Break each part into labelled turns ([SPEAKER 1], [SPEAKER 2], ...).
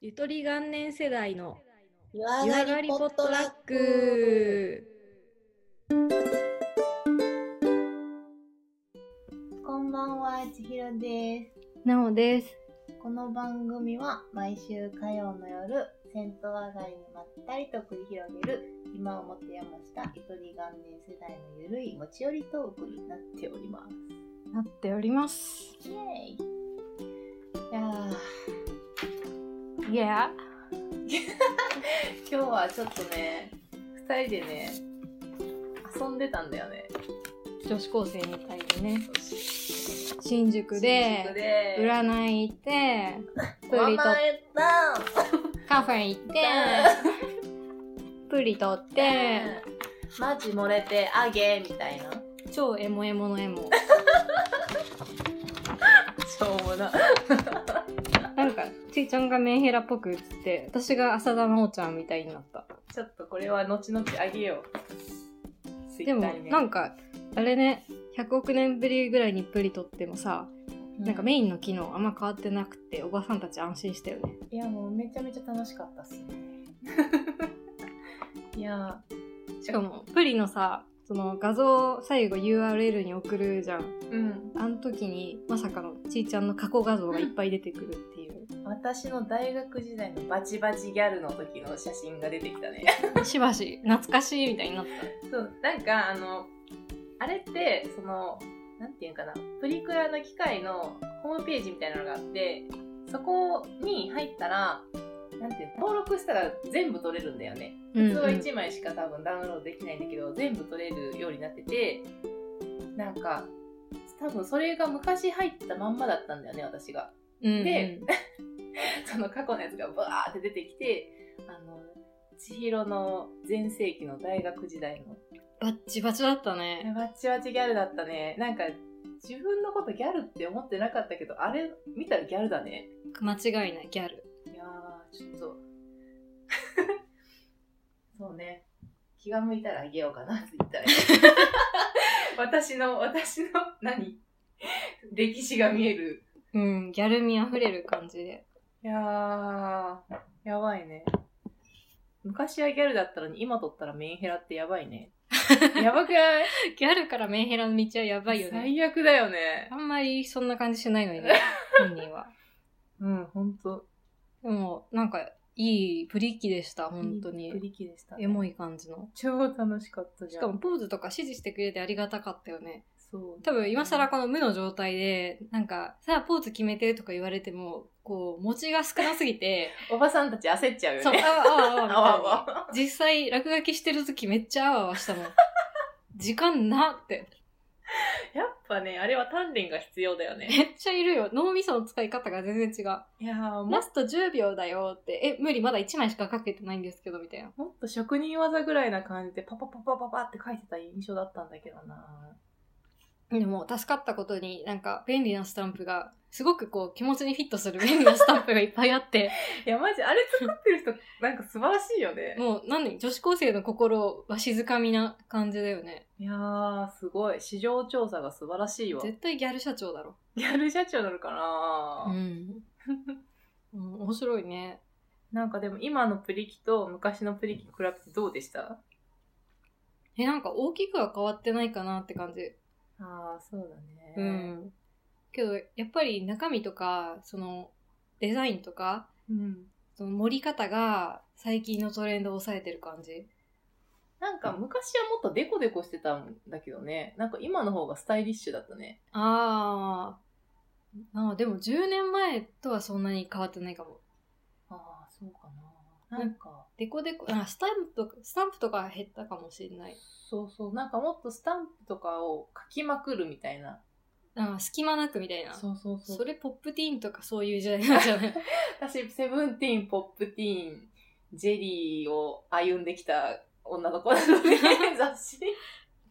[SPEAKER 1] ゆとり元年世代の
[SPEAKER 2] 湯上
[SPEAKER 1] 湯
[SPEAKER 2] が
[SPEAKER 1] 上が
[SPEAKER 2] り
[SPEAKER 1] り
[SPEAKER 2] ポ
[SPEAKER 1] ポ
[SPEAKER 2] ッ
[SPEAKER 1] ッ
[SPEAKER 2] ト
[SPEAKER 1] ト
[SPEAKER 2] ラ
[SPEAKER 1] ラ
[SPEAKER 2] ッ
[SPEAKER 1] ッ
[SPEAKER 2] ク
[SPEAKER 1] ク。
[SPEAKER 2] こんばんはちひろです
[SPEAKER 3] なおです。
[SPEAKER 2] この番組は毎週火曜の夜銭湯上がりにまったりと繰り広げる今を持て山下ゆとり元年世代のゆるい持ち寄りトークになっておりま
[SPEAKER 3] なっております。
[SPEAKER 2] すイエーイいやー
[SPEAKER 3] いや、
[SPEAKER 2] 今日はちょっとね2人でね遊んでたんだよね
[SPEAKER 3] 女子高生みたいでね。新宿で、
[SPEAKER 2] 新宿で
[SPEAKER 3] 占い行 って、プ
[SPEAKER 2] マ
[SPEAKER 3] リと
[SPEAKER 2] マやった
[SPEAKER 3] カフェ行って、プリ取って、
[SPEAKER 2] マジ漏れてあげみたいな
[SPEAKER 3] 超エモエモのエモ。
[SPEAKER 2] しょうもな
[SPEAKER 3] なんか、ちいちゃんがメンヘラっぽく映って、私が浅田真央ちゃんみたいになった。
[SPEAKER 2] ちょっとこれは後々あげよう
[SPEAKER 3] でも、なんんか、あれね、100億年ぶりぐらいにプリ取ってもさ、なんかメインの機能あんま変わってなくて、おばさんたち安心したよね。
[SPEAKER 2] いやもうめちゃめちゃ楽しかったっすね いや
[SPEAKER 3] しかもプリのさその画像を最後 URL に送るじゃん
[SPEAKER 2] うん
[SPEAKER 3] あの時にまさかのちいちゃんの過去画像がいっぱい出てくるっていう
[SPEAKER 2] 私の大学時代のバチバチギャルの時の写真が出てきたね
[SPEAKER 3] しばし懐かしいみたいになっ
[SPEAKER 2] そうなんかあのあれってそのなんていうんかなプリクラの機械のホームページみたいなのがあってそこに入ったらなんていうの登録したら全部取れるんだよね
[SPEAKER 3] た
[SPEAKER 2] 普通は
[SPEAKER 3] うんうん
[SPEAKER 2] 1枚しか多分ダウンロードできないんだけど、全部取れるようになっててなんか多分それが昔入ったまんまだったんだよね私が
[SPEAKER 3] うんうん
[SPEAKER 2] でその過去のやつがバーって出てきてあの千尋の全盛期の大学時代の
[SPEAKER 3] バッチバチだったね
[SPEAKER 2] バッチバチギャルだったね。なんか、自分のことギャルって思ってなかったけど、あれ見たらギャルだね。
[SPEAKER 3] 間違いないギャル
[SPEAKER 2] いやー、ちょっと。 そうね。気が向いたらあげようかな、ツイッターに 私の、私の、何歴史が見える。
[SPEAKER 3] うんギャル味あふれる感じで
[SPEAKER 2] いやー、やばいね。昔はギャルだったのに、今撮ったらメンヘラってやばい ね。やばくない
[SPEAKER 3] ギャルからメンヘラの道はやばいよね
[SPEAKER 2] 最悪だよね。
[SPEAKER 3] あんまりそんな感じしないのにね本人は
[SPEAKER 2] うん、ほんと。
[SPEAKER 3] でもなんかいいプリ機でした本当に
[SPEAKER 2] プリキでした、
[SPEAKER 3] エモい感じの
[SPEAKER 2] 超楽しかったじ
[SPEAKER 3] し
[SPEAKER 2] ゃん。
[SPEAKER 3] かもポーズとか指示してくれてありがたかったよね
[SPEAKER 2] そう。
[SPEAKER 3] 多分今更この無の状態でなんかさあポーズ決めてとか言われてもこう持ちが少なすぎて
[SPEAKER 2] おばさんたち焦っちゃう
[SPEAKER 3] そう
[SPEAKER 2] よね。
[SPEAKER 3] あわあわみたい
[SPEAKER 2] あ
[SPEAKER 3] な
[SPEAKER 2] わあわ。
[SPEAKER 3] 実際落書きしてる時めっちゃあわあわしたもん時間なって
[SPEAKER 2] やっぱね、あれは鍛錬が必要だよ
[SPEAKER 3] めっ
[SPEAKER 2] ね。
[SPEAKER 3] ちゃいるよ脳みその使い方が全然違うラ
[SPEAKER 2] いやーも
[SPEAKER 3] スト10秒だよってえ無理まだ1枚しか書けてないんですけどみたいな
[SPEAKER 2] もっと職人技ぐらいな感じでパパパパパパって書いてた印象だったんだけどな
[SPEAKER 3] でも助かったことになんか便利なスタンプがすごくこう気持ちにフィットする便利なスタンプがいっぱいあって
[SPEAKER 2] いや、マジ、あれ作ってる人、 なんか素晴らしいよね。
[SPEAKER 3] もう何女子高生の心は静かみな感じだよね
[SPEAKER 2] いやー、すごい。市場調査が素晴らしいわ。
[SPEAKER 3] 絶対ギャル社長だろ
[SPEAKER 2] ギャル社長なのかな、
[SPEAKER 3] ん、うん、 面白いね
[SPEAKER 2] なんかでも今のプリキと昔のプリキ比べてどうでした
[SPEAKER 3] えなんか大きくは変わってないかなって感じ
[SPEAKER 2] あー、そうだね。
[SPEAKER 3] うんけどやっぱり中身とかそのデザインとか
[SPEAKER 2] うん。
[SPEAKER 3] その盛り方が最近のトレンドを抑えてる感じ
[SPEAKER 2] なんか昔はもっとデコデコしてたんだけどね。なんか今の方がスタイリッシュだったね。
[SPEAKER 3] あーあーでも10年前とはそんなに変わってないかも
[SPEAKER 2] ああ、そうか
[SPEAKER 3] ななん
[SPEAKER 2] か、
[SPEAKER 3] デコデコあスタンプとかスタンプとか減ったかもしれない
[SPEAKER 2] そうそう。なんかもっとスタンプとかを書きまくるみたいな。
[SPEAKER 3] あー隙間なくみたいな
[SPEAKER 2] うそう
[SPEAKER 3] それポップティーンとかそういう時代なんじゃ ない
[SPEAKER 2] 私、セブンティーン、ポップティーン、ジェリーを歩んできた女の子なので、 雑誌。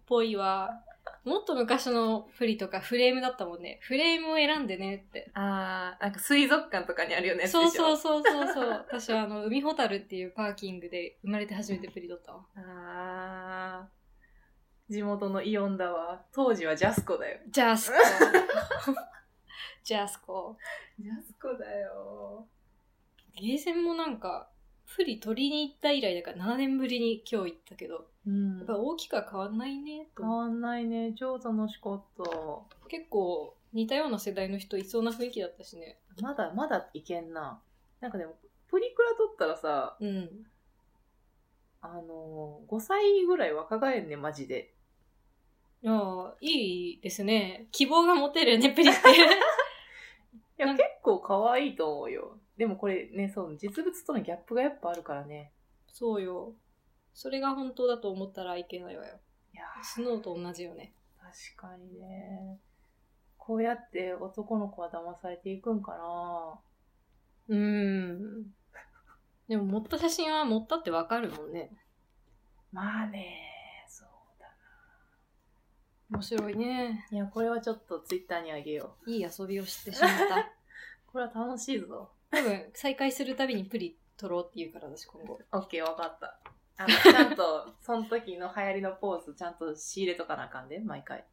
[SPEAKER 3] ぽいわ。もっと昔のプリとかフレームだったもんね。フレームを選んでねって。
[SPEAKER 2] ああ、なんか水族館とかにあるよね
[SPEAKER 3] そうそう
[SPEAKER 2] う。
[SPEAKER 3] そうそう そう。私はあの、海ほたるっていうパーキングで生まれて初めてプリ撮ったわ。
[SPEAKER 2] ああ、地元のイオンだわ。当時はジャスコだよ。
[SPEAKER 3] ジャスコ。 ジャスコ。
[SPEAKER 2] ジャスコだよ。
[SPEAKER 3] ゲーセンもなんか、プリ取りに行った以来だから7年ぶりに今日行ったけど、
[SPEAKER 2] うん
[SPEAKER 3] やっぱ大きくは変わんないねと
[SPEAKER 2] 変
[SPEAKER 3] 思っ
[SPEAKER 2] わんないね。超楽しかった。
[SPEAKER 3] て。結構似たような世代の人いそうな雰囲気だったしね。
[SPEAKER 2] まだまだいけんな。なんかでも、プリクラ撮ったらさ、
[SPEAKER 3] うん。
[SPEAKER 2] あのー、5歳ぐらい若返んね、マジで。
[SPEAKER 3] いやーいいですね。希望が持て るね、プリって。
[SPEAKER 2] いや、
[SPEAKER 3] なん
[SPEAKER 2] 結構可愛いと思うよ。でもこれね、そう、実物とのギャップがやっぱあるからね。
[SPEAKER 3] そうよ。それが本当だと思ったらいけないわよ。
[SPEAKER 2] いや
[SPEAKER 3] スノーと同じよね。
[SPEAKER 2] ー、確かにね。こうやって男の子は騙されていくんかな。
[SPEAKER 3] うーん。でも持った写真は持ったってわかるもんね。
[SPEAKER 2] まあね、そうだ
[SPEAKER 3] 面白いね。
[SPEAKER 2] な。いや、これはちょっとツイッターにあげよ
[SPEAKER 3] いい遊びをしてしま った。
[SPEAKER 2] う。これは楽しいぞ。
[SPEAKER 3] 多分、再会するたびにプリ取ろうって言うから、私今後。
[SPEAKER 2] オッケー、わかった。あの、ちゃんと、その時の流行りのポーズ、ちゃんと仕入れとかなあかんで、毎回。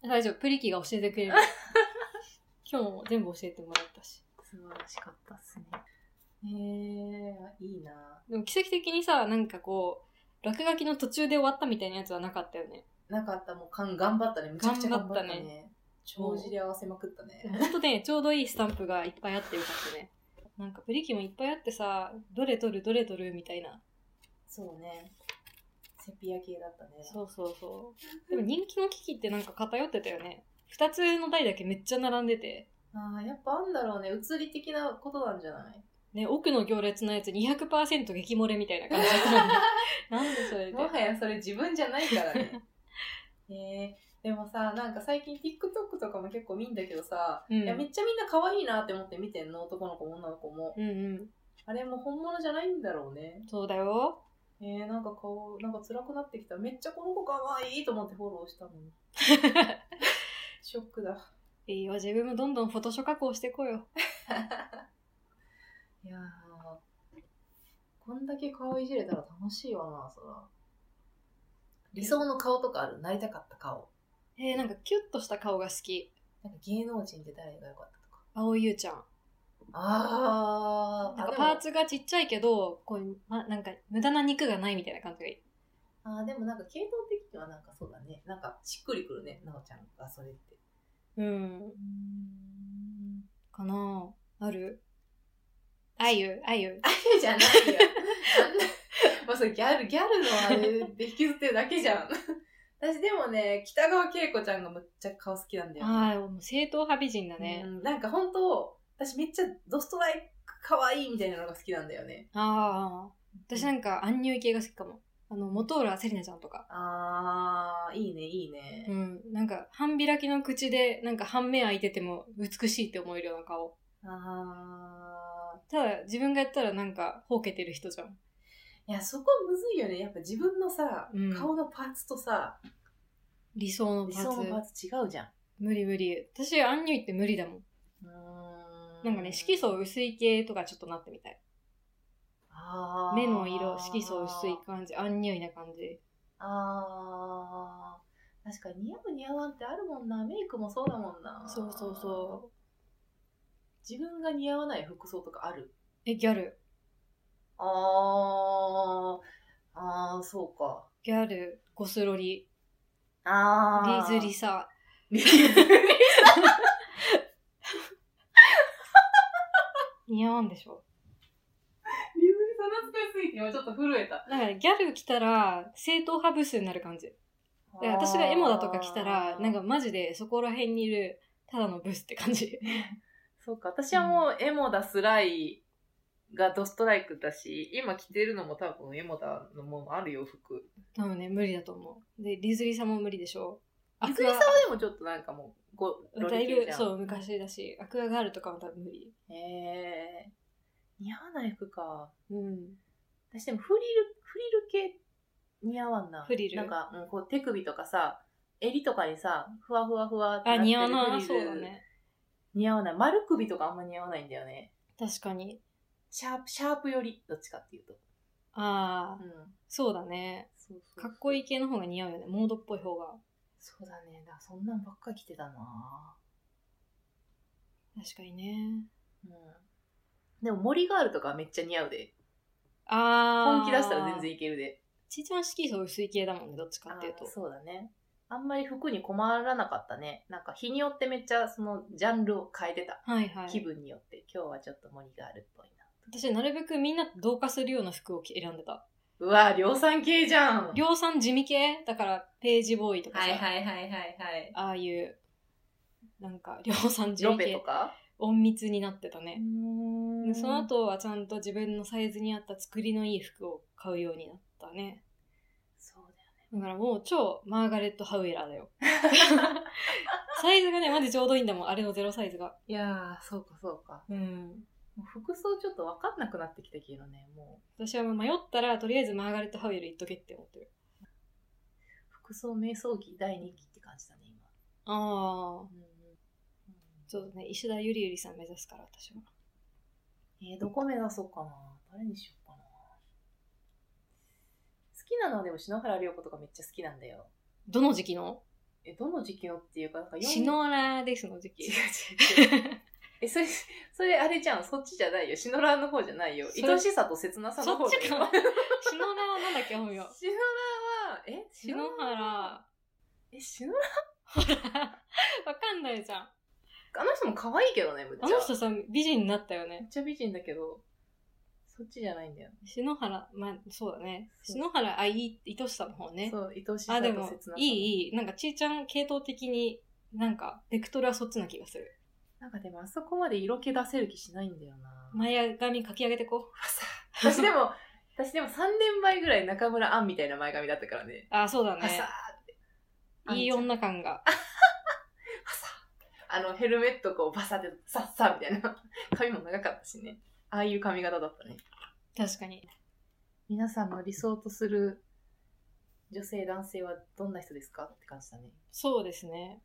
[SPEAKER 3] 大丈夫、プリキが教えてくれ る。今日も全部教えてもらったし。
[SPEAKER 2] 素晴らしかったっすね。へえいいな
[SPEAKER 3] でも奇跡的にさ、なんかこう、落書きの途中で終わったみたいなやつはなかったよね。
[SPEAKER 2] なかった、もう、かん、頑張ったね。めちゃくちゃ頑張った
[SPEAKER 3] 頑張った
[SPEAKER 2] ね。帳尻合わせまくったね
[SPEAKER 3] で。もほんとね、 ちょうどいいスタンプがいっぱいあってよかったね。なんかプリキもいっぱいあってさ、どれ取るどれ取るみたいな。
[SPEAKER 2] そうね。セピア系だったね。
[SPEAKER 3] そうそうそう。でも人気の危機ってなんか偏ってたよね。二つの台だけめっちゃ並んでて。
[SPEAKER 2] ああ、やっぱあんだろうね。移り的なことなんじゃ ない
[SPEAKER 3] ね、奥の行列のやつ200%激漏れみたいな感じだ ったのになんでそれで。
[SPEAKER 2] もはやそれ自分じゃないから ね。えー、でもさ、なんか最近 TikTok とかも結構見んだけどさ、
[SPEAKER 3] うん
[SPEAKER 2] いやめっちゃみんな可愛いなって思って見てんの、男の子も女の子も。
[SPEAKER 3] うんうん。
[SPEAKER 2] あれも本物じゃないんだろうね。
[SPEAKER 3] そうだよ。
[SPEAKER 2] えー、なんか顔、なんか辛くなってきた。めっちゃこの子可愛いと思ってフォローしたの に。ショックだ。
[SPEAKER 3] いいよ、自分もどんどんフォトショ加工してこうよ。
[SPEAKER 2] いやー、こんだけ顔いじれたら楽しいわな、そら。理想の顔とかあるなりたかった顔。
[SPEAKER 3] えー、なんかキュッとした顔が好き。
[SPEAKER 2] なんか芸能人って誰が良かったとか。
[SPEAKER 3] 青井優ちゃん。
[SPEAKER 2] あー
[SPEAKER 3] なんか
[SPEAKER 2] あで
[SPEAKER 3] パ
[SPEAKER 2] も
[SPEAKER 3] ーツがちっちゃいけど、こう、ま、なんか無駄な肉がないみたいな感じがいい。
[SPEAKER 2] あーでもなんか系統的にはなんかそうだねなんかしっくりくるねなおちゃんがそれって
[SPEAKER 3] うん。かなああるあゆ、あゆ。
[SPEAKER 2] あれじゃないよ なんでまあそれギャルギャルのあれで引きずってるだけじゃん私でもね北川景子ちゃんがむっちゃ顔好きなんだよ、
[SPEAKER 3] ああ、もう正統派美人だね
[SPEAKER 2] う。んなんか本当私めっちゃドストライク可愛いみたいなのが好きなんだよね
[SPEAKER 3] ああ。私なんか、安入系が好きかも。あの、元浦セリナちゃんとか。
[SPEAKER 2] あーいいねいいね、
[SPEAKER 3] うん。なんか、半開きの口で、なんか半目開いてても美しいって思えるような顔。
[SPEAKER 2] あー
[SPEAKER 3] ただ、自分がやったらなんか、ほうけてる人じゃん。
[SPEAKER 2] いやそこむずいよねやっぱ自分のさ、
[SPEAKER 3] うん
[SPEAKER 2] 顔のパーツとさ
[SPEAKER 3] 理想の
[SPEAKER 2] 理
[SPEAKER 3] パ
[SPEAKER 2] 想のパー
[SPEAKER 3] ーツ。
[SPEAKER 2] ツ違うじゃん
[SPEAKER 3] 無理無理。私、安入って無理だもん。なんかね、色素薄い系とかちょっとなってみたい。
[SPEAKER 2] あー
[SPEAKER 3] 目の色、色素薄い感じ、安入な感じ。
[SPEAKER 2] あー確かに似合う似合わんってあるもんなメイクもそうだもんな
[SPEAKER 3] そうそうそう。
[SPEAKER 2] 自分が似合わない服装とかある
[SPEAKER 3] え、ギャル。
[SPEAKER 2] あーあーそうか
[SPEAKER 3] ギャル、ゴスロリ、
[SPEAKER 2] あ
[SPEAKER 3] リズリサ。
[SPEAKER 2] リズリ
[SPEAKER 3] 似合わんでしょ。
[SPEAKER 2] リズリさん懐かしすぎて今ちょっと震えた
[SPEAKER 3] だからギャル着たら、正統派ブスになる感じ。だから私がエモだとか着たら、なんかマジでそこら辺にいる、ただのブスって感じ。
[SPEAKER 2] そうか、私はもうエモだスライがドストライクだし、今着てるのも多分エモだのもあるよ、服。
[SPEAKER 3] 多分ね、無理だと思う。で、リズリサも無理でしょ。
[SPEAKER 2] ゆずりさんはでもちょっとなんかもう、ご、
[SPEAKER 3] アクアだい
[SPEAKER 2] 系
[SPEAKER 3] ぶ、そう、。昔だし、アクアガールとかも多分無理。
[SPEAKER 2] へえー、似合わない服か。
[SPEAKER 3] うん。
[SPEAKER 2] 私でもフリル、フリル系似合わんな。
[SPEAKER 3] フリル
[SPEAKER 2] なんか、うん、こう手首とかさ、襟とかにさ、ふわふわふわって
[SPEAKER 3] あ、
[SPEAKER 2] って
[SPEAKER 3] 似合わない。
[SPEAKER 2] フリ
[SPEAKER 3] そう
[SPEAKER 2] ル
[SPEAKER 3] だね。
[SPEAKER 2] 似合わない。丸首とかあんま似合わないんだよね。
[SPEAKER 3] 確かに。
[SPEAKER 2] シャープ、シャープより、どっちかっていうと。
[SPEAKER 3] あ
[SPEAKER 2] う
[SPEAKER 3] あ、
[SPEAKER 2] ん。
[SPEAKER 3] そうだね。
[SPEAKER 2] そうそうそう
[SPEAKER 3] かっこいい系の方が似合うよね。モードっぽい方が。
[SPEAKER 2] そうだね。だからそんなんばっか着てたな
[SPEAKER 3] 確かにね。
[SPEAKER 2] うん。でも森ガールとかはめっちゃ似合うで。
[SPEAKER 3] あ
[SPEAKER 2] 本気出したら全然
[SPEAKER 3] いい。
[SPEAKER 2] いけるで。
[SPEAKER 3] ちーちゃん式そういう水系だもんね、どっちか
[SPEAKER 2] あ
[SPEAKER 3] っていうと。
[SPEAKER 2] そうだね。あんまり服に困らなかったね。なんか日によってめっちゃそのジャンルを変えてた。
[SPEAKER 3] はいは
[SPEAKER 2] 気
[SPEAKER 3] い。
[SPEAKER 2] 分によって。今日はちょっと森ガールっぽいな。
[SPEAKER 3] 私、なるべくみんなと同化するような服を選んでた。
[SPEAKER 2] うわ、量産系じゃん。
[SPEAKER 3] 量産地味系だから、ページボーイとかさ、
[SPEAKER 2] はいはいはいはいはい。
[SPEAKER 3] ああいう、なんか、量産地
[SPEAKER 2] ロ
[SPEAKER 3] 味
[SPEAKER 2] ペと
[SPEAKER 3] 系、
[SPEAKER 2] か
[SPEAKER 3] 隠密になってたね。
[SPEAKER 2] う
[SPEAKER 3] でその後はちゃんと自分のサイズに合った作りのいい服を買うようになったね。
[SPEAKER 2] そう
[SPEAKER 3] だからもう超マーガレット・ハウエラーだ よ。サイズがね、まジちょうどいいんだもん、あれのゼロサイズが。
[SPEAKER 2] いやー、そうかそうか。
[SPEAKER 3] うん。
[SPEAKER 2] もう服装ちょっと分かんなくなってきたけどね、もう。
[SPEAKER 3] 私はもう迷ったら、とりあえずマーガレット・ハウエル行っとけって思ってる。
[SPEAKER 2] 服装瞑想期第2期って感じだね、今。
[SPEAKER 3] ああ。
[SPEAKER 2] うん
[SPEAKER 3] そうだね、石田ゆりゆりさん目指すから、私は。
[SPEAKER 2] えーどこ目指そうかな誰にしようかな好きなのはでも篠原涼子とかめっちゃ好きなんだよ。
[SPEAKER 3] どの時期の
[SPEAKER 2] え、どの時期のっていうか、なんか四
[SPEAKER 3] 篠原ですの時 期。
[SPEAKER 2] 違う違う違う。え、それ、それあれじゃん、そっちじゃないよ。篠原の方じゃないよ。
[SPEAKER 3] それ
[SPEAKER 2] 愛しさと切なさの
[SPEAKER 3] そ
[SPEAKER 2] 方
[SPEAKER 3] っ
[SPEAKER 2] だよ。
[SPEAKER 3] ちか な篠原はなんだっけ、本名。
[SPEAKER 2] 篠原は、え
[SPEAKER 3] 篠原。
[SPEAKER 2] え、篠原
[SPEAKER 3] わかんないじゃん。
[SPEAKER 2] あの人も可愛いけどね、むっちゃ。
[SPEAKER 3] あの人さ、美人になったよね
[SPEAKER 2] め。っちゃ美人だけど、そっちじゃないんだよ。
[SPEAKER 3] 篠原、まあ、そうだね。
[SPEAKER 2] そう
[SPEAKER 3] 篠原、あ、いい、愛しさの方ね
[SPEAKER 2] そ。う、愛し
[SPEAKER 3] あ、
[SPEAKER 2] さと
[SPEAKER 3] で
[SPEAKER 2] 切な
[SPEAKER 3] も
[SPEAKER 2] さ。、
[SPEAKER 3] いい、いい。なんか、ちーちゃん系統的に、なんか、ベクトルはそっちな気がする。
[SPEAKER 2] なんかでも、あそこまで色気出せる気しないんだよな。
[SPEAKER 3] 前髪かき上げてこ
[SPEAKER 2] 私でも、私でも3年前ぐらい中村アンみたいな前髪だったからね。
[SPEAKER 3] う。あ、そうだ
[SPEAKER 2] はさ
[SPEAKER 3] ね。いい女感が。
[SPEAKER 2] あの、ヘルメットこうバサでさっさみたいな。 髪も長かったしね。ああいう髪型だったね。
[SPEAKER 3] 確かに。
[SPEAKER 2] 皆さんの理想とする女性、男性はどんな人ですかって感じだね。
[SPEAKER 3] そうですね。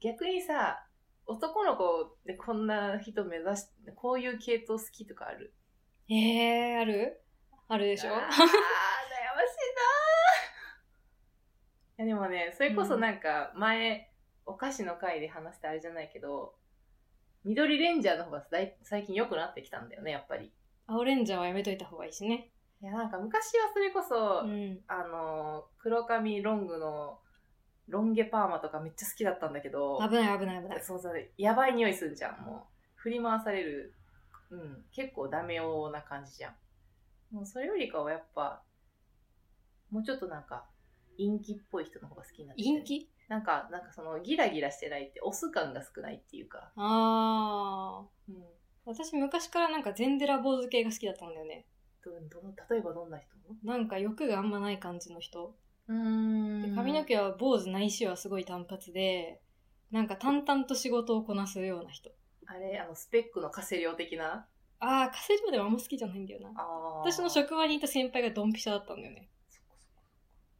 [SPEAKER 2] 逆にさ、男の子でこんな人目指し、こういう系統好きとかある
[SPEAKER 3] えー、あるあるでしょ
[SPEAKER 2] あー悩ましいなーいやでもね、それこそなんか前、お菓子の回で話したあれじゃないけど、緑レンジャーの方が最最近良くなってきたんだよね、やっぱり。
[SPEAKER 3] 青レンジャーはやめといた方がいいしね。
[SPEAKER 2] いや、なんか昔はそれこそ、
[SPEAKER 3] うん。
[SPEAKER 2] あの、黒髪ロングのロン毛パーマとかめっちゃ好きだったんだけど、
[SPEAKER 3] 危ない危ない危ない。
[SPEAKER 2] そうそう、やばい匂いすんじゃん、もう。振り回される。うん、結構ダメ男な感じじゃん。もうそれよりかはやっぱ、もうちょっとなんか、陰気っぽい人の方が好きになってきたね
[SPEAKER 3] 陰気
[SPEAKER 2] なんか、なんかその、ギラギラしてないって、オス感が少ないっていうか。
[SPEAKER 3] あー。
[SPEAKER 2] うん。ど
[SPEAKER 3] 私昔からなんか全デラ坊主系が好きだったんだよね。
[SPEAKER 2] ど例えばどんな人
[SPEAKER 3] なんか欲があんまない感じの人。
[SPEAKER 2] う
[SPEAKER 3] で
[SPEAKER 2] ん
[SPEAKER 3] 髪の毛は坊主ないしはすごい単発でなんか淡々と仕事をこなすような人
[SPEAKER 2] あれ、あの、スペックのカセリオ的な
[SPEAKER 3] ああ稼ぎまでもあんま好きじゃないんだよな
[SPEAKER 2] あ
[SPEAKER 3] 私の
[SPEAKER 2] そっか
[SPEAKER 3] 職場にいた先輩がドンピシャだったんだよね
[SPEAKER 2] そっか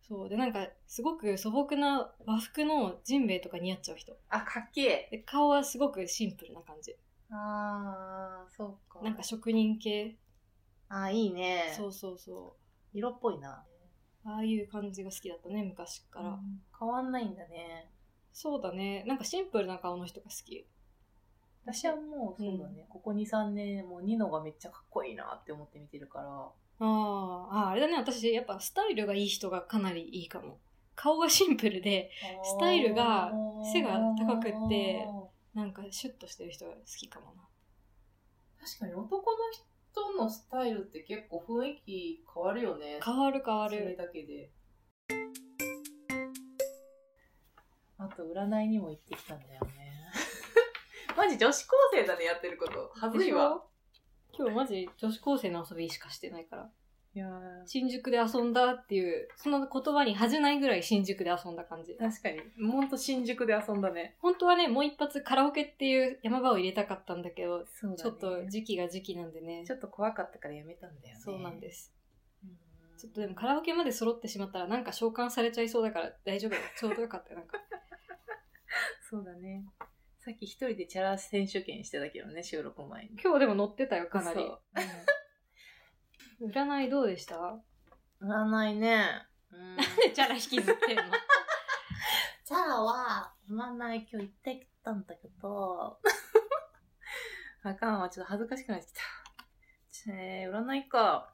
[SPEAKER 3] そうでなんかすごく素朴な和服のジンベエとか似合っちゃう人
[SPEAKER 2] あ、かっけえ。
[SPEAKER 3] で顔はすごくシンプルな感じ
[SPEAKER 2] ああ、そうか。
[SPEAKER 3] なんか、職人系
[SPEAKER 2] あーいいね。
[SPEAKER 3] そうそうそ
[SPEAKER 2] 色っぽいな。
[SPEAKER 3] うああいう感じが好きだったね昔から、
[SPEAKER 2] うん変わんないんだね
[SPEAKER 3] そうだねなんかシンプルな顔の人が好き
[SPEAKER 2] 私はもうそうだね、ここ23年もうニノがめっちゃかっこいいなって思って見てるから
[SPEAKER 3] あーあーあれだね私やっぱスタイルがいい人がかなりいいかも顔がシンプルでスタイルが背が高くってなんかシュッとしてる人が好きかもな。
[SPEAKER 2] 確かに男の人のスタイルって結構雰囲気変わるよね
[SPEAKER 3] 変わる変わ
[SPEAKER 2] それ
[SPEAKER 3] る。
[SPEAKER 2] だけであと占いにも行ってきたんだよね マジ女子高生だねやってることはずいわ
[SPEAKER 3] でしょ今日マジ女子高生の遊びしかしてないから。
[SPEAKER 2] いや
[SPEAKER 3] 新宿で遊んだっていう、その言葉に恥じないぐらい新宿で遊んだ感じ。
[SPEAKER 2] 確かにほんと新宿で遊んだね
[SPEAKER 3] 本当はね、もう一発カラオケっていう山場を入れたかったんだけど、
[SPEAKER 2] そう
[SPEAKER 3] ちょっと時期が時期なんでね。
[SPEAKER 2] ちょっと怖かったからやめたんだよね。
[SPEAKER 3] そうなんです。
[SPEAKER 2] うん。
[SPEAKER 3] ちょっとでもカラオケまで揃ってしまったらなんか召喚されちゃいそうだから大丈夫だよ。ちょうどよかったよ。なんか。
[SPEAKER 2] そうだね。さっき一人でチャラ選手権してたけどね、収録前 に。
[SPEAKER 3] 今日でも乗ってたよ、かなり
[SPEAKER 2] そう。
[SPEAKER 3] うん占いどうでした
[SPEAKER 2] 占いね。うん。
[SPEAKER 3] チャラ引きずってんの。
[SPEAKER 2] チャラは、占い今 日行ってきたんだけど。あかんわ、ちょっと恥ずかしくなってきた。えー、占いか。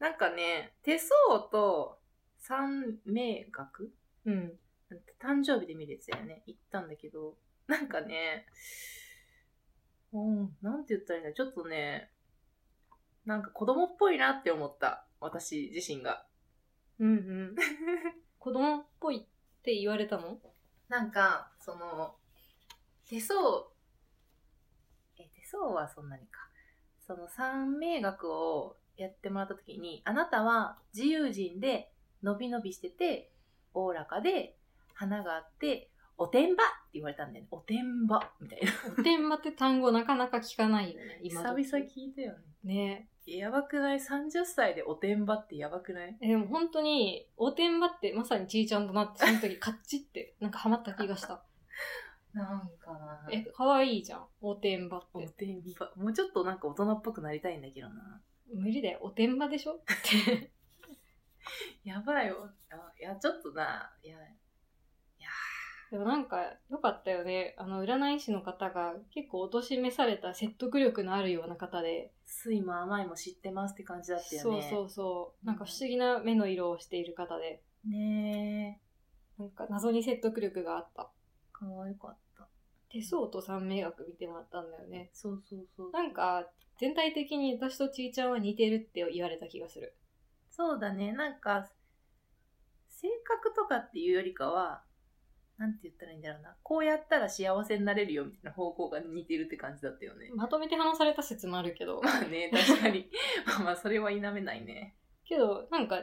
[SPEAKER 2] なんかね、手相と三名学
[SPEAKER 3] うん。
[SPEAKER 2] 誕生日で見るやつだよね。行ったんだけど、なんかね、うん、なんて言ったらいいんだちょっとね、なんか子供っぽいなって思った。私自身が。
[SPEAKER 3] うん うん。子供っぽいって言われたの
[SPEAKER 2] なんか、その、手相、え、手相はそんなにか。その三名学をやってもらった時に、あなたは自由人で、のびのびしてて、おおらかで、花があって、おてんばって言われたんだよね。おてんばみたいな。
[SPEAKER 3] おてんばって単語なかなか聞かないよね、 今
[SPEAKER 2] 久
[SPEAKER 3] 時
[SPEAKER 2] 々聞いたよね。
[SPEAKER 3] ね
[SPEAKER 2] やばくない ?30 歳でおてんばってやばくない
[SPEAKER 3] えでも本当に、おてんばってまさにじいちゃんだなって、その時カッチって、なんかハマった気がした。
[SPEAKER 2] なんかな
[SPEAKER 3] え、可愛いじゃん、おてんばっ
[SPEAKER 2] お
[SPEAKER 3] て。
[SPEAKER 2] てんば。もうちょっとなんか大人っぽくなりたいんだけどな。
[SPEAKER 3] 無理だよ、おてんばでしょって。
[SPEAKER 2] やばいよ。あいや、ちょっとな、いや、
[SPEAKER 3] でもなんか、良かったよね。あの、占い師の方が結構貶としめされた説得力のあるような方で、
[SPEAKER 2] 酸いも甘いも知ってますって感じだったよ
[SPEAKER 3] そう
[SPEAKER 2] ね。
[SPEAKER 3] そうそう、なんか不思議な目の色をしている方で、
[SPEAKER 2] う。ね
[SPEAKER 3] なんか謎に説得力があった。
[SPEAKER 2] え、かわいかった。
[SPEAKER 3] 手相と三名学見てもらったんだよね。
[SPEAKER 2] そうそうそう。
[SPEAKER 3] なんか、全体的に私とちーちゃんは似てるって言われた気がする。
[SPEAKER 2] そうだね、なんか、性格とかっていうよりかは、なんて言ったらいいんだろうな。こうやったら幸せになれるよみたいな方向が似てるって感じだったよね。
[SPEAKER 3] まとめて話された説もあるけ ど、
[SPEAKER 2] まあね、確かに。 まあまあ、それは否めないね。
[SPEAKER 3] けど、なんか、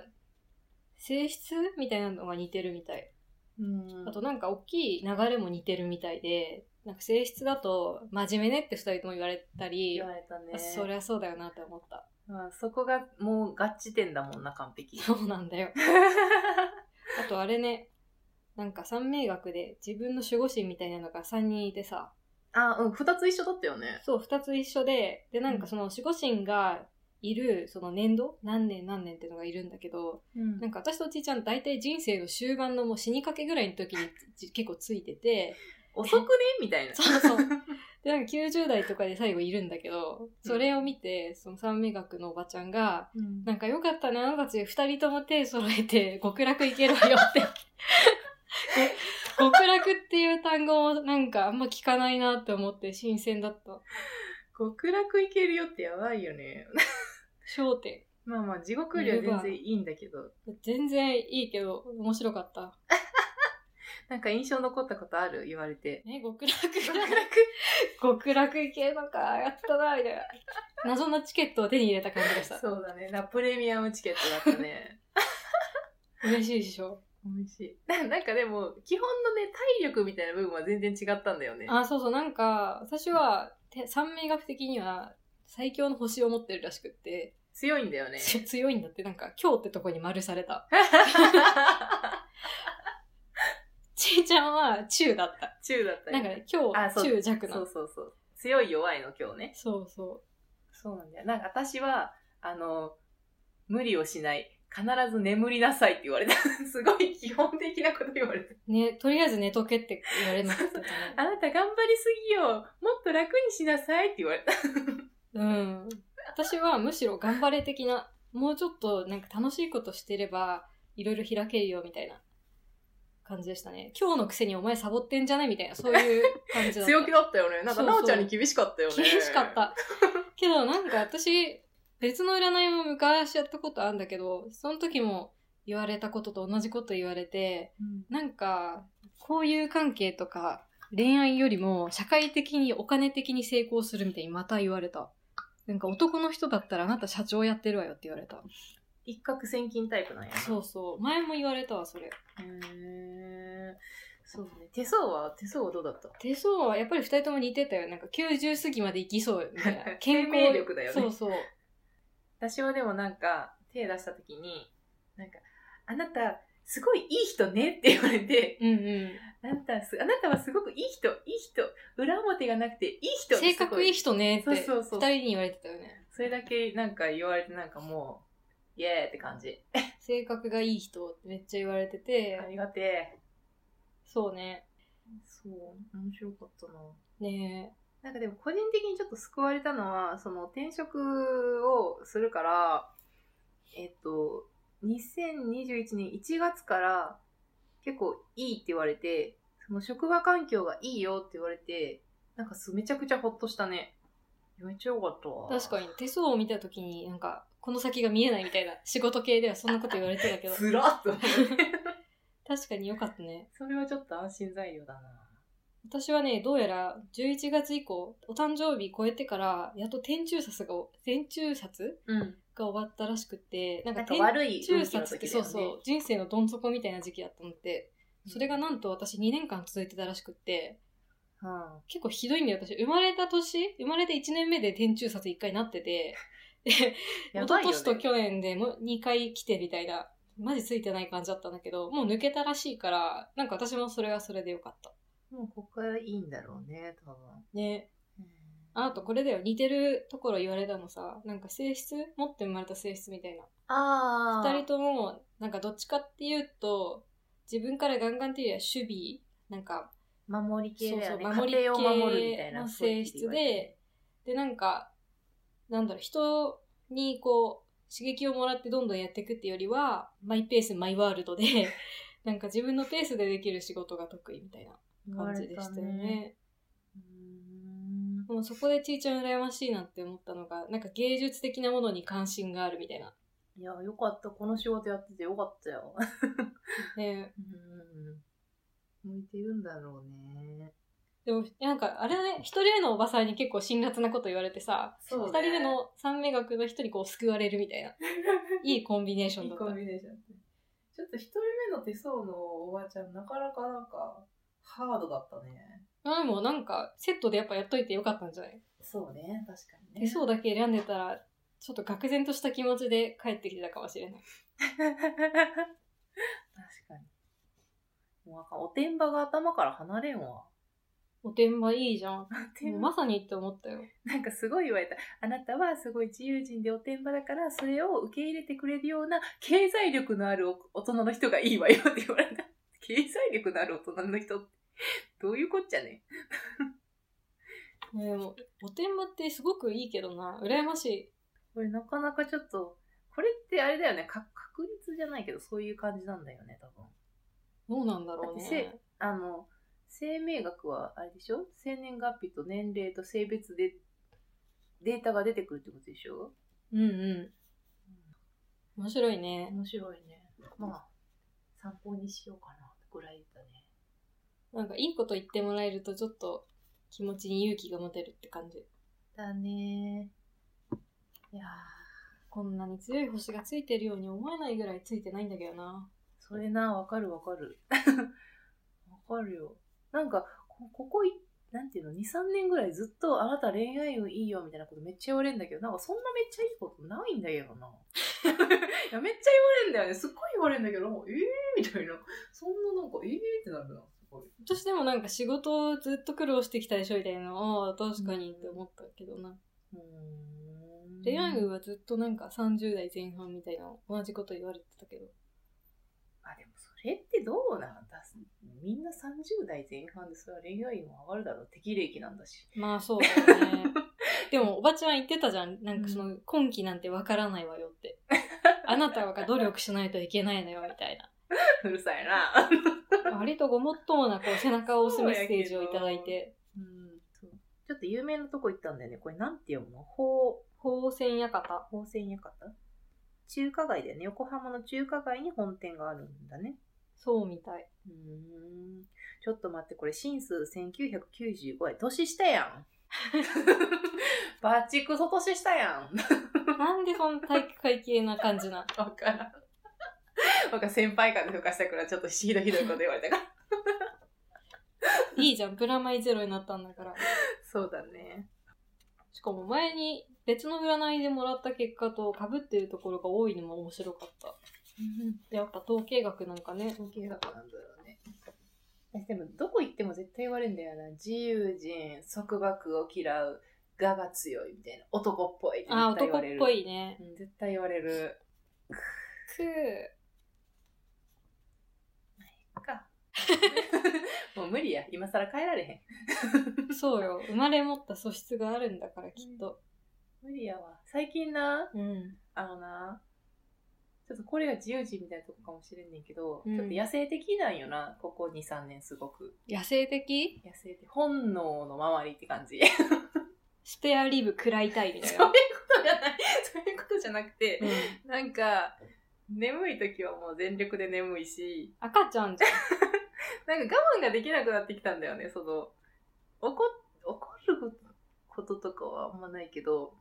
[SPEAKER 3] 性質みたいなのが似てるみたい。
[SPEAKER 2] うん
[SPEAKER 3] あとなんか大きい流れも似てるみたいで、なんか性質だと真面目ねって二人とも言われたり
[SPEAKER 2] 言、われたね。
[SPEAKER 3] あそりゃそうだよなって思った。
[SPEAKER 2] まあ、そこがもう合致点だもんな、完璧。
[SPEAKER 3] そうなんだよ。あとあれね、なんか三名学で自分の守護神みたいなのが三人いてさ、
[SPEAKER 2] あ、うん、二つ一緒だったよね。
[SPEAKER 3] そう、二つ一緒で、で、なんかその守護神がいる、その年度、何年何年っていうのがいるんだけど、
[SPEAKER 2] うん
[SPEAKER 3] なんか私とちいちゃん大体人生の終盤のもう死にかけぐらいの時にじ結構ついてて、
[SPEAKER 2] 遅くねみたいな。
[SPEAKER 3] そうそう。で、なんか90代とかで最後いるんだけど、それを見て、その三名学のおばちゃんが、
[SPEAKER 2] な
[SPEAKER 3] なんんかよかったね、あなたたち二人とも手揃えて極楽行けろよって。 で極楽っていう単語をなんかあんま聞かないなって思って新鮮だった。
[SPEAKER 2] 極楽行けるよってやばいよね。
[SPEAKER 3] 焦点。
[SPEAKER 2] まあまあ、地獄よりは全然いいんだけど、
[SPEAKER 3] 全然いいけど、面白かった。
[SPEAKER 2] なんか印象残ったことある言われて。
[SPEAKER 3] ね、極
[SPEAKER 2] 極
[SPEAKER 3] 楽
[SPEAKER 2] 楽
[SPEAKER 3] が、極楽行けるのか、やったな、みたいな。謎のチケットを手に入れた感じがした。
[SPEAKER 2] そうだね。な、プレミアムチケットだったね。
[SPEAKER 3] 嬉しいでしょ。
[SPEAKER 2] 美味しい。ななんかでも、基本のね、体力みたいな部分は全然違ったんだよね。
[SPEAKER 3] あ、そうそう、なんか、私は、て三名学的には、最強の星を持ってるらしくって、
[SPEAKER 2] 強いんだよね。
[SPEAKER 3] つ強いんだって、なんか、今日ってとこに丸された。 ちいちゃんは、中だった。
[SPEAKER 2] 中だった
[SPEAKER 3] なん
[SPEAKER 2] よ
[SPEAKER 3] か
[SPEAKER 2] ね。
[SPEAKER 3] ね、今
[SPEAKER 2] あ
[SPEAKER 3] 日、
[SPEAKER 2] そ
[SPEAKER 3] 中
[SPEAKER 2] う
[SPEAKER 3] 弱な
[SPEAKER 2] そ
[SPEAKER 3] の
[SPEAKER 2] う。そうそう。強い弱いの今日ね。
[SPEAKER 3] そうそ
[SPEAKER 2] そうなんだよ。なんか私は、あの、無理をしない。必ず眠りなさいって言われた。 すごい基本的なこと言われた。
[SPEAKER 3] う。ね、とりあえず寝とけって言われなかったね。
[SPEAKER 2] あなた頑張りすぎよ。もっと楽にしなさいって言われた。
[SPEAKER 3] うん、私はむしろ頑張れ的なもうちょっとなんか楽しいことしてればいろいろ開けるよみたいな感じでしたね今日のくせにお前サボってんじゃねみたいなそういう感じだった
[SPEAKER 2] 強気だったよね。なんか、
[SPEAKER 3] そうそう
[SPEAKER 2] なおちゃんに厳しかったよね。
[SPEAKER 3] 厳しかっ。たけどなんか私別の占いも昔やったことあるんだけどその時も言われたことと同じこと言われてなんか交友関係とか恋愛よりも社会的にお金的に成功するみたいにまた言われた。なんか男の人だったらあなた社長やってるわよって言われた。
[SPEAKER 2] 一攫千金タイプなんやな。
[SPEAKER 3] そうそう。前も言われたわ、それ。
[SPEAKER 2] へーそうね。手相は、手相はどうだった。
[SPEAKER 3] 手相はやっぱり二人とも似てたよ。なんか90過ぎまで生きそうみたいな
[SPEAKER 2] 生命力だよね
[SPEAKER 3] そうそう。
[SPEAKER 2] 私はでもなんか、手出した時に、なんか、あなた、すごいいい人ねって言われて、
[SPEAKER 3] うんうん。
[SPEAKER 2] あなたす、あなたはすごくいい人、いい人、裏表がなくていい人
[SPEAKER 3] 性格いい
[SPEAKER 2] 人。
[SPEAKER 3] 人ねって
[SPEAKER 2] そう
[SPEAKER 3] 二
[SPEAKER 2] そうそう
[SPEAKER 3] 人に言われてたよね。
[SPEAKER 2] それだけなんか言われてなんかもう、イエーイって感じ。
[SPEAKER 3] 性格がいい人ってめっちゃ言われてて
[SPEAKER 2] あ。りがてえ。
[SPEAKER 3] そうね。
[SPEAKER 2] そう、面白かったな。
[SPEAKER 3] ねえ。
[SPEAKER 2] なんかでも個人的にちょっと救われたのは、その転職をするから、えっと、2021年1月から結構いいって言われて、その職場環境がいいよって言われて、なんかすめちゃくちゃほっとしたね。めっちゃよかったわ。
[SPEAKER 3] 確かに手相を見た時になんかこの先が見えないみたいな仕事系ではそんなこと言われてた けど
[SPEAKER 2] つらっと思って。
[SPEAKER 3] 確かに良かったね
[SPEAKER 2] それはちょっと安心材料だな。
[SPEAKER 3] 私はねどうやら11月以降お誕生日超えてからやっと天中札が天中札
[SPEAKER 2] うん。
[SPEAKER 3] が終わったらしくてなんか
[SPEAKER 2] なんか
[SPEAKER 3] 天
[SPEAKER 2] 悪い
[SPEAKER 3] 中
[SPEAKER 2] 運気の
[SPEAKER 3] 札っ
[SPEAKER 2] 時
[SPEAKER 3] て
[SPEAKER 2] だよ
[SPEAKER 3] そう
[SPEAKER 2] ね。
[SPEAKER 3] そう人生のどん底みたいな時期だったのってそれがなんと私2年間続いてたらしくって
[SPEAKER 2] は
[SPEAKER 3] 結構ひどいんだよ私生まれた年生まれて1年目で天中札1回なっててで
[SPEAKER 2] あ、や
[SPEAKER 3] 一
[SPEAKER 2] ば
[SPEAKER 3] 昨
[SPEAKER 2] いよ
[SPEAKER 3] 年と
[SPEAKER 2] ね。
[SPEAKER 3] 去年でもう2回来てみたいなマジついてない感じだったんだけどもう抜けたらしいからなんか私もそれはそれでよかった
[SPEAKER 2] もうここからいいんだろうね、多分。
[SPEAKER 3] ねあとこれだよ似てるところ言われたのさなんか性質持って生まれた性質みたいな
[SPEAKER 2] ああ。
[SPEAKER 3] 2人ともなんかどっちかっていうと自分からガンガンっていうよりは守備なんか
[SPEAKER 2] 守り系だよね。
[SPEAKER 3] そうそう
[SPEAKER 2] 家庭を守るみたい
[SPEAKER 3] 守り系
[SPEAKER 2] な。
[SPEAKER 3] の
[SPEAKER 2] そういう
[SPEAKER 3] 性
[SPEAKER 2] 意
[SPEAKER 3] 質
[SPEAKER 2] 味
[SPEAKER 3] ででなんかなんだろう人にこう刺激をもらってどんどんやっていくっていうよりはマイペースマイワールドで なんか自分のペースでできる仕事が得意みたいな
[SPEAKER 2] 言わ
[SPEAKER 3] 感
[SPEAKER 2] れ
[SPEAKER 3] じ
[SPEAKER 2] て
[SPEAKER 3] で
[SPEAKER 2] 言わ
[SPEAKER 3] し
[SPEAKER 2] れ
[SPEAKER 3] たよね
[SPEAKER 2] うーん
[SPEAKER 3] もうそこでちいちゃん羨ましいなって思ったのがなんか芸術的なものに関心があるみたいない
[SPEAKER 2] や、よかった。この仕事やっててよかったよ。
[SPEAKER 3] ね
[SPEAKER 2] うん。向いてるんだろうね。
[SPEAKER 3] でもなんかあれだね一人目のおばさんに結構辛辣なこと言われてさ
[SPEAKER 2] そ
[SPEAKER 3] 二人目の三名学の人にこう救われるみ たいないいコンビネーションだった
[SPEAKER 2] ビネーション。ちょっと一人目の手相のおばちゃん、なかなかなんか、ハードだったね。
[SPEAKER 3] あでもなんかセットでやっぱやっといてよかったんじゃない
[SPEAKER 2] そうね、確かにね。
[SPEAKER 3] 手相だけ選んでたらちょっと愕然とした気持ちで帰ってきてたかもしれない
[SPEAKER 2] 確かに。もうなんかおてんばが頭から離れんわ。
[SPEAKER 3] おてんばいいじゃんも
[SPEAKER 2] お
[SPEAKER 3] うまさにって思ったよ
[SPEAKER 2] なんかすごい言われた。あなたはすごい自由人でおてんばだから、それを受け入れてくれるような経済力のあるお大人の人がいいわよって言われた。 経済力のある大人の人って、どういうこっちゃね。
[SPEAKER 3] でもおてんばってすごくいいけどな羨ましい
[SPEAKER 2] これなかなかちょっと、これってあれだよね。か確率じゃないけど、そういう感じなんだよね、多分。
[SPEAKER 3] どうなんだろう
[SPEAKER 2] だって
[SPEAKER 3] ね
[SPEAKER 2] あの、生命学はあれでしょ生年月日と年齢と性別でデータが出てくるってことでしょ
[SPEAKER 3] うんうん面白いね
[SPEAKER 2] 面白いね。まあ、参考にしようかなぐらいだね。
[SPEAKER 3] なんかいいこと言ってもらえるとちょっと気持ちに勇気が持てるって感じ
[SPEAKER 2] だねいやー
[SPEAKER 3] こんなに強い星がついてるように思えないぐらいついてないんだけどな
[SPEAKER 2] それな、わかるわかる。 わかるよ。なんか、こここい、なんていうの、2、3年ぐらいずっとあなた恋愛運いいよみたいなことめっちゃ言われるんだけど、なんかそんなめっちゃいいことないんだけどな。 いやめっちゃ言われるんだよね。すっごい言われるんだけど、ええー、みたいな。そんななんか、ええー、ってなるな。すごい。
[SPEAKER 3] 私でもなんか仕事をずっと苦労してきたでしょみたいなああ確かにって思ったけどな恋愛運はずっとなんか30代前半みたいな同じこと言われてたけど
[SPEAKER 2] まあでもそれってどうなんだみんな30代前半でそれは恋愛運上がるだろう適齢期なんだし。
[SPEAKER 3] まあそうだよねでもおばちゃん言ってたじゃんなんかその今期なんてわからないわよってあなたが努力しないといけないのよみたいな
[SPEAKER 2] うるさいな。
[SPEAKER 3] 割とごもっともなこう背中を押すメッセージをいただいて
[SPEAKER 2] うん、そうちょっと有名なとこ行ったんだよね。これなんて読むの宝
[SPEAKER 3] 宝泉館
[SPEAKER 2] 宝泉館中華街だよね。横浜の中華街に本店があるんだね。
[SPEAKER 3] そうみたいう
[SPEAKER 2] ーん。ちょっと待って、これ、新数1995円。年下や ん。バチクソ年下やん。
[SPEAKER 3] なんでそんな体育会系な感じな
[SPEAKER 2] わからん。僕は先輩からとかしたからちょっとひどいひどいこと言われたから。
[SPEAKER 3] いいじゃんプラマイゼロになったんだから
[SPEAKER 2] そうだね。
[SPEAKER 3] しかも前に別の占いでもらった結果と被ってるところが多いのも面白かった。でやっぱ統計学なんかね。
[SPEAKER 2] 統計学なんだろうね。私でもどこ行っても絶対言われるんだよな。自由人、束縛を嫌う、我が強いみたいな。男っぽいって
[SPEAKER 3] あー、
[SPEAKER 2] 絶対言
[SPEAKER 3] 男
[SPEAKER 2] わ
[SPEAKER 3] っ
[SPEAKER 2] れる。
[SPEAKER 3] ぽいね。
[SPEAKER 2] うん絶対言われる。
[SPEAKER 3] くー
[SPEAKER 2] か。もう無理や。今更変えられへん。
[SPEAKER 3] そうよ。生まれ持った素質があるんだから、きっと。
[SPEAKER 2] 無理やわ。最近な、
[SPEAKER 3] うん。
[SPEAKER 2] あのな、ちょっとこれが自由人みたいなとこかもしれんねんけど、
[SPEAKER 3] うん
[SPEAKER 2] ちょっと野生的なんよな、ここ2、3年すごく。
[SPEAKER 3] 野生的
[SPEAKER 2] 野生的。本能の周りって感じ。
[SPEAKER 3] スペアリブ食らいたいみた
[SPEAKER 2] そうい
[SPEAKER 3] いうな。
[SPEAKER 2] ことじゃない。そういうことじゃなくて、
[SPEAKER 3] うん
[SPEAKER 2] なんか、眠い時はもう全力で眠いし、
[SPEAKER 3] 赤ちゃ んじゃん。
[SPEAKER 2] なんか我慢ができなくなってきたんだよね、その、怒っ、怒ることとかはあんまないけど、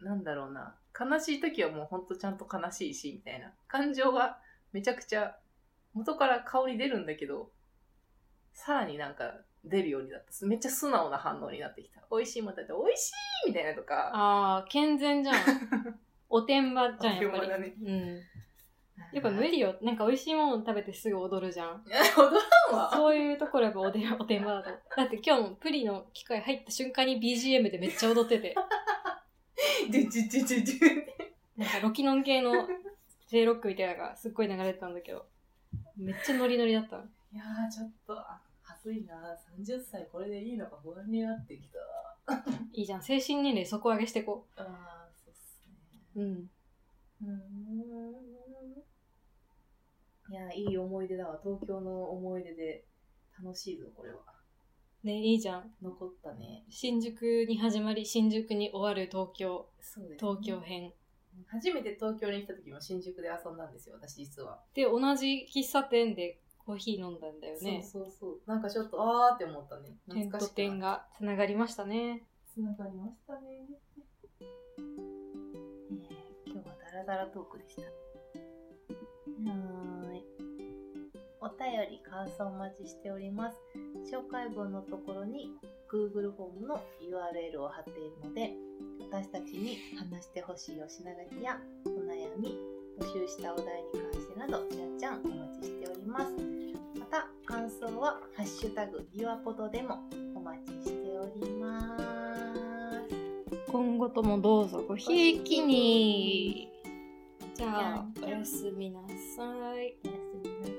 [SPEAKER 2] なんだろうな、悲しい時はもうほんとちゃんと悲しいし、みたいな。感情がめちゃくちゃ、元から顔に出るんだけど、さらになんか出るようになった。めっちゃ素直な反応になってきた。美味しいもんだって、美味しいみたいなとか。
[SPEAKER 3] ああ、健全じ ゃん。おてんばじゃん、やっ
[SPEAKER 2] お
[SPEAKER 3] ぱ
[SPEAKER 2] てんばだ
[SPEAKER 3] り。
[SPEAKER 2] ね
[SPEAKER 3] うん。やっぱ 無理よ。なんか美味しいもの食べてすぐ踊るじゃん。
[SPEAKER 2] 踊らんわ。
[SPEAKER 3] そういうところやっぱおでおてんばだと。だって今日もプリの機械入った瞬間に BGM でめっちゃ踊ってて。
[SPEAKER 2] ジュジュジュジュジュ
[SPEAKER 3] なんかロキノン系の J ロックみたいなのがすっごい流れてたんだけど。めっちゃノリノリだったの。
[SPEAKER 2] いやー、ちょっと、あ暑いな30歳これでいいのか不安になってきた。
[SPEAKER 3] いいじゃん。精神年齢底上げしてこ
[SPEAKER 2] ああ、そうっすね。
[SPEAKER 3] う。うん。
[SPEAKER 2] うーん。いやー、いい思い出だわ。東京の思い出で楽しいぞ、これは。
[SPEAKER 3] ね、いいじゃん。
[SPEAKER 2] 残ったね。
[SPEAKER 3] 新宿に始まり、新宿に終わる東京、
[SPEAKER 2] そうです、
[SPEAKER 3] 東京。編。
[SPEAKER 2] 初めて東京に来た時も新宿で遊んだんですよ、私実は。
[SPEAKER 3] で、同じ喫茶店でコーヒー飲んだんだよね。
[SPEAKER 2] そうそうそう。なんかちょっと、あーって思ったね。
[SPEAKER 3] 点と
[SPEAKER 2] くな
[SPEAKER 3] 点がつながりましたね。
[SPEAKER 2] つながりましたね。今日はダラダラトークでした。はーい。お便り感想お待ちしております。紹介文のところに Google フォームの URL を貼っているので、私たちに話してほしいお品書きやお悩み、募集したお題に関してなど、じゃんじゃんお待ちしております。また、感想は、ハッシュタグ、ゆわぽどでもお待ちしております。
[SPEAKER 3] 今後ともどうぞごひいきに。じゃあ、
[SPEAKER 2] じ
[SPEAKER 3] お
[SPEAKER 2] ゃんじゃん
[SPEAKER 3] やすみなさい。
[SPEAKER 2] おやすみなさい。